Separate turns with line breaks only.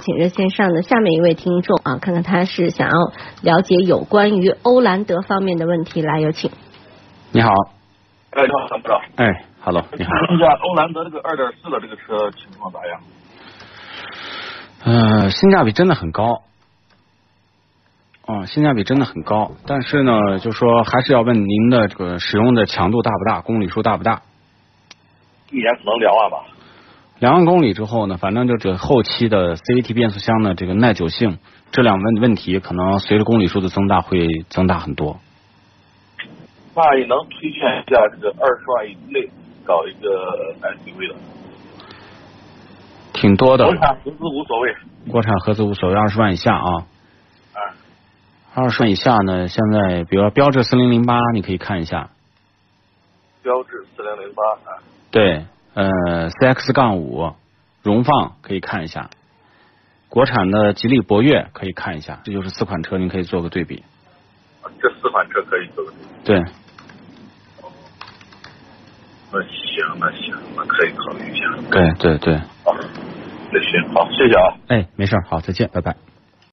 请热线上的下面一位听众啊，看看他是想要了解有关于欧蓝德方面的问题。来，有请。
你好，
哎，你好，张部长。
哎，Hello，你好。
问一下欧蓝德这个二点四的这个车情况咋样？
呃，性价比真的很高，啊、性价比真的很高。但是呢，就说还是要问您的这个使用的强度大不大，公里数大不大？
一年可能两万吧。
两万公里之后呢，反正就这后期的 CVT 变速箱的这个耐久性、质量问问题，可能随着公里数的增大会增大很多。
那也能推荐一下这个二十万以内搞一个 SUV 的，
挺多的，
国产合资无所谓。
国产合资无所谓，二十万以下啊。
啊，
二十万以下呢，现在比如说标致四零零八，你可以看一下。
标致四零零八啊，
对，呃，CX 杠五、荣放可以看一下，国产的吉利博越可以看一下，这就是四款车，您可以做个对比。
这四款车可以做个对比。
对，
那行，那行，那可以考虑一下。
对对对，
好，那行，好，谢谢啊。
哎，没事儿，好，再见，拜拜。